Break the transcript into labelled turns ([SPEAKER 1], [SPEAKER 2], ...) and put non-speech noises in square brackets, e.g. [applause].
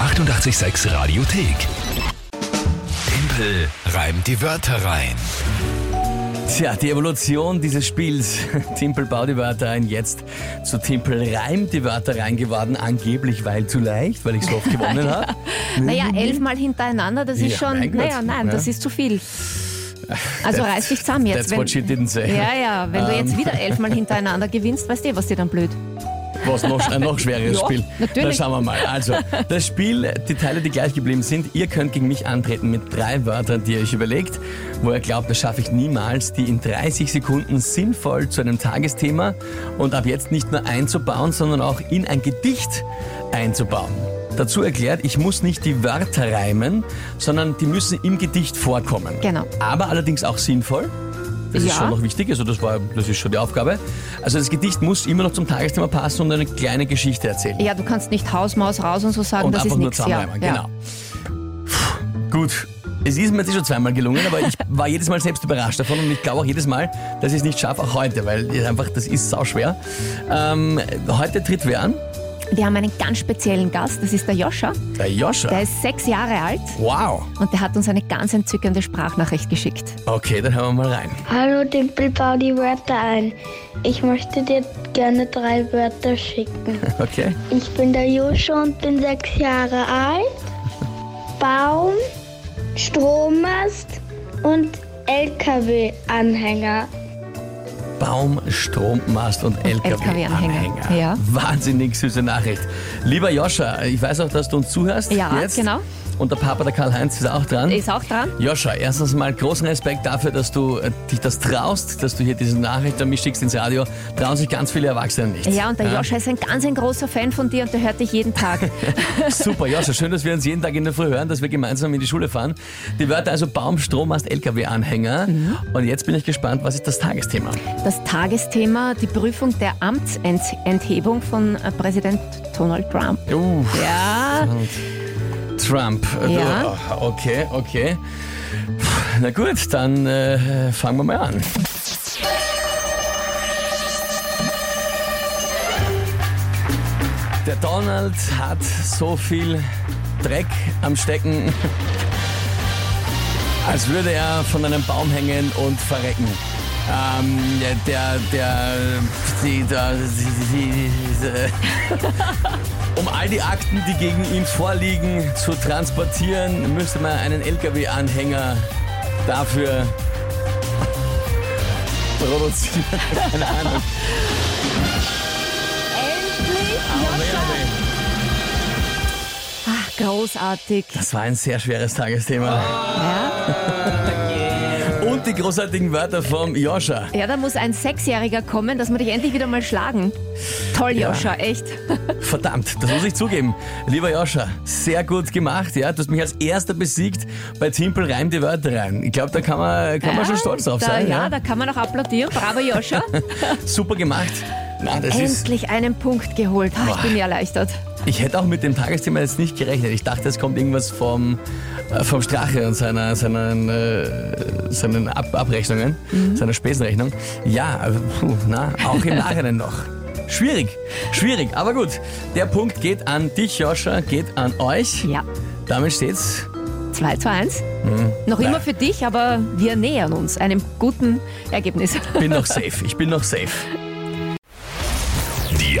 [SPEAKER 1] 886 Radiothek. Tempel reimt die Wörter rein.
[SPEAKER 2] Tja, die Evolution dieses Spiels. [laughs] Timpel baut die Wörter ein, jetzt zu Timpel reimt die Wörter rein geworden, angeblich weil zu leicht, weil ich so oft gewonnen habe.
[SPEAKER 3] Naja, elfmal hintereinander, das ist
[SPEAKER 2] Mhm. Ja,
[SPEAKER 3] schon.
[SPEAKER 2] mein Gott.
[SPEAKER 3] Naja, nein,
[SPEAKER 2] Ja.
[SPEAKER 3] das ist zu viel. Also reiß dich zusammen jetzt.
[SPEAKER 2] That's what she didn't say. Ähm.
[SPEAKER 3] ja, ja, wenn du jetzt wieder elfmal hintereinander gewinnst, weißt du, eh, was dir dann blöd.
[SPEAKER 2] Was noch, ein noch schwereres
[SPEAKER 3] [laughs] Ja,
[SPEAKER 2] Spiel.
[SPEAKER 3] natürlich.
[SPEAKER 2] Da schauen wir mal. Also, das Spiel, die Teile, die gleich geblieben sind, ihr könnt gegen mich antreten mit drei Wörtern, die ihr euch überlegt, wo ihr glaubt, das schaffe ich niemals, die in 30 Sekunden sinnvoll zu einem Tagesthema und ab jetzt nicht nur einzubauen, sondern auch in ein Gedicht einzubauen. Dazu erklärt, ich muss nicht die Wörter reimen, sondern die müssen im Gedicht vorkommen.
[SPEAKER 3] Genau.
[SPEAKER 2] Aber allerdings auch sinnvoll. Das ist
[SPEAKER 3] Ja.
[SPEAKER 2] schon noch wichtig, also das, war, das ist schon die Aufgabe. Also das Gedicht muss immer noch zum Tagesthema passen und eine kleine Geschichte erzählen.
[SPEAKER 3] Ja, du kannst nicht Hausmaus raus und so sagen,
[SPEAKER 2] und
[SPEAKER 3] das
[SPEAKER 2] einfach
[SPEAKER 3] ist
[SPEAKER 2] nur
[SPEAKER 3] nichts. Ja,
[SPEAKER 2] zusammenreimen,
[SPEAKER 3] ja.
[SPEAKER 2] genau. Puh, gut, es ist mir jetzt schon zweimal gelungen, aber
[SPEAKER 3] [laughs]
[SPEAKER 2] ich war jedes Mal selbst überrascht davon und ich glaube auch jedes Mal, dass ich es nicht schaffe, auch heute, weil ich einfach, das ist sauschwer. Ähm, heute tritt wer an?
[SPEAKER 3] Wir haben einen ganz speziellen Gast, das ist der Joscha.
[SPEAKER 2] Der
[SPEAKER 3] Der
[SPEAKER 2] Joscha.
[SPEAKER 3] ist sechs Jahre alt
[SPEAKER 2] Wow.
[SPEAKER 3] und der hat uns eine ganz entzückende Sprachnachricht geschickt.
[SPEAKER 2] Okay, dann hören wir mal rein.
[SPEAKER 4] Hallo Dimpel, bau die Wörter ein. Ich möchte dir gerne drei Wörter schicken.
[SPEAKER 2] Okay.
[SPEAKER 4] Ich bin der Joscha und bin sechs Jahre alt. Baum, Strommast und LKW-Anhänger.
[SPEAKER 2] Baum, Strommast und
[SPEAKER 3] LKW-Anhänger.
[SPEAKER 2] LKW-Anhänger.
[SPEAKER 3] Ja.
[SPEAKER 2] Wahnsinnig süße Nachricht. Lieber Joscha, ich weiß auch, dass du uns zuhörst.
[SPEAKER 3] Ja,
[SPEAKER 2] jetzt.
[SPEAKER 3] genau.
[SPEAKER 2] Und der Papa, der Karl-Heinz, ist auch dran.
[SPEAKER 3] Ist auch dran?
[SPEAKER 2] Joscha, erstens mal großen Respekt dafür, dass du äh, dich das traust, dass du hier diese Nachricht an mich schickst ins Radio. Trauen sich ganz viele Erwachsene nicht.
[SPEAKER 3] Ja, und der Joscha ist ein ganz ein großer Fan von dir und der hört dich jeden Tag. [laughs]
[SPEAKER 2] Super, Joscha, schön, dass wir uns jeden Tag in der Früh hören, dass wir gemeinsam in die Schule fahren. Die Wörter also Baum, Strommast, LKW-Anhänger.
[SPEAKER 3] Mhm.
[SPEAKER 2] Und jetzt bin ich gespannt, was ist das Tagesthema?
[SPEAKER 3] Das Tagesthema, die Prüfung der Amtsenthebung von äh, Präsident Donald Trump.
[SPEAKER 2] Uh,
[SPEAKER 3] Ja,
[SPEAKER 2] Trump.
[SPEAKER 3] Ja.
[SPEAKER 2] Oh, Okay, okay. Puh, Na gut, dann äh, fangen wir mal an. Der Donald hat so viel Dreck am Stecken, als würde er von einem Baum hängen und verrecken. Ähm, der, der, die, der, die, die, die, um all die Akten, die gegen ihn vorliegen, zu transportieren, müsste man einen LKW-Anhänger dafür produzieren. Keine Ahnung. Aber ja,
[SPEAKER 3] ach, großartig.
[SPEAKER 2] Das war ein sehr schweres Tagesthema.
[SPEAKER 3] Ja.
[SPEAKER 2] Und die großartigen Wörter vom Joscha.
[SPEAKER 3] ja, da muss ein Sechsjähriger kommen, dass wir dich endlich wieder mal schlagen. Toll,
[SPEAKER 2] Ja.
[SPEAKER 3] Joscha, echt.
[SPEAKER 2] Verdammt, das muss ich zugeben. Lieber Joscha, sehr gut gemacht. Ja? Du hast mich als erster besiegt bei Timpel Reim die Wörter rein. Ich glaube, da kann man, kann man schon stolz drauf
[SPEAKER 3] da,
[SPEAKER 2] sein.
[SPEAKER 3] Ja,
[SPEAKER 2] Ja?
[SPEAKER 3] da kann man auch applaudieren. Bravo, Joscha.
[SPEAKER 2] Super gemacht. Na, [laughs] das ist,
[SPEAKER 3] endlich einen Punkt geholt. Ach, ich bin ja erleichtert.
[SPEAKER 2] Ich hätte auch mit dem Tagesthema jetzt nicht gerechnet. Ich dachte, es kommt irgendwas vom, äh, vom Strache und seiner, seinen, äh, seinen Ab Abrechnungen, seiner Spesenrechnung. Ja, äh, puh, na, auch im Nachhinein noch. Schwierig, schwierig, aber gut. Der Punkt geht an dich, Joscha, geht an euch.
[SPEAKER 3] Ja,
[SPEAKER 2] Damit steht's
[SPEAKER 3] 2 zu 1.
[SPEAKER 2] Mhm.
[SPEAKER 3] Noch immer für dich, aber wir nähern uns einem guten Ergebnis.
[SPEAKER 2] bin noch safe. Ich bin noch safe.
[SPEAKER 1] Die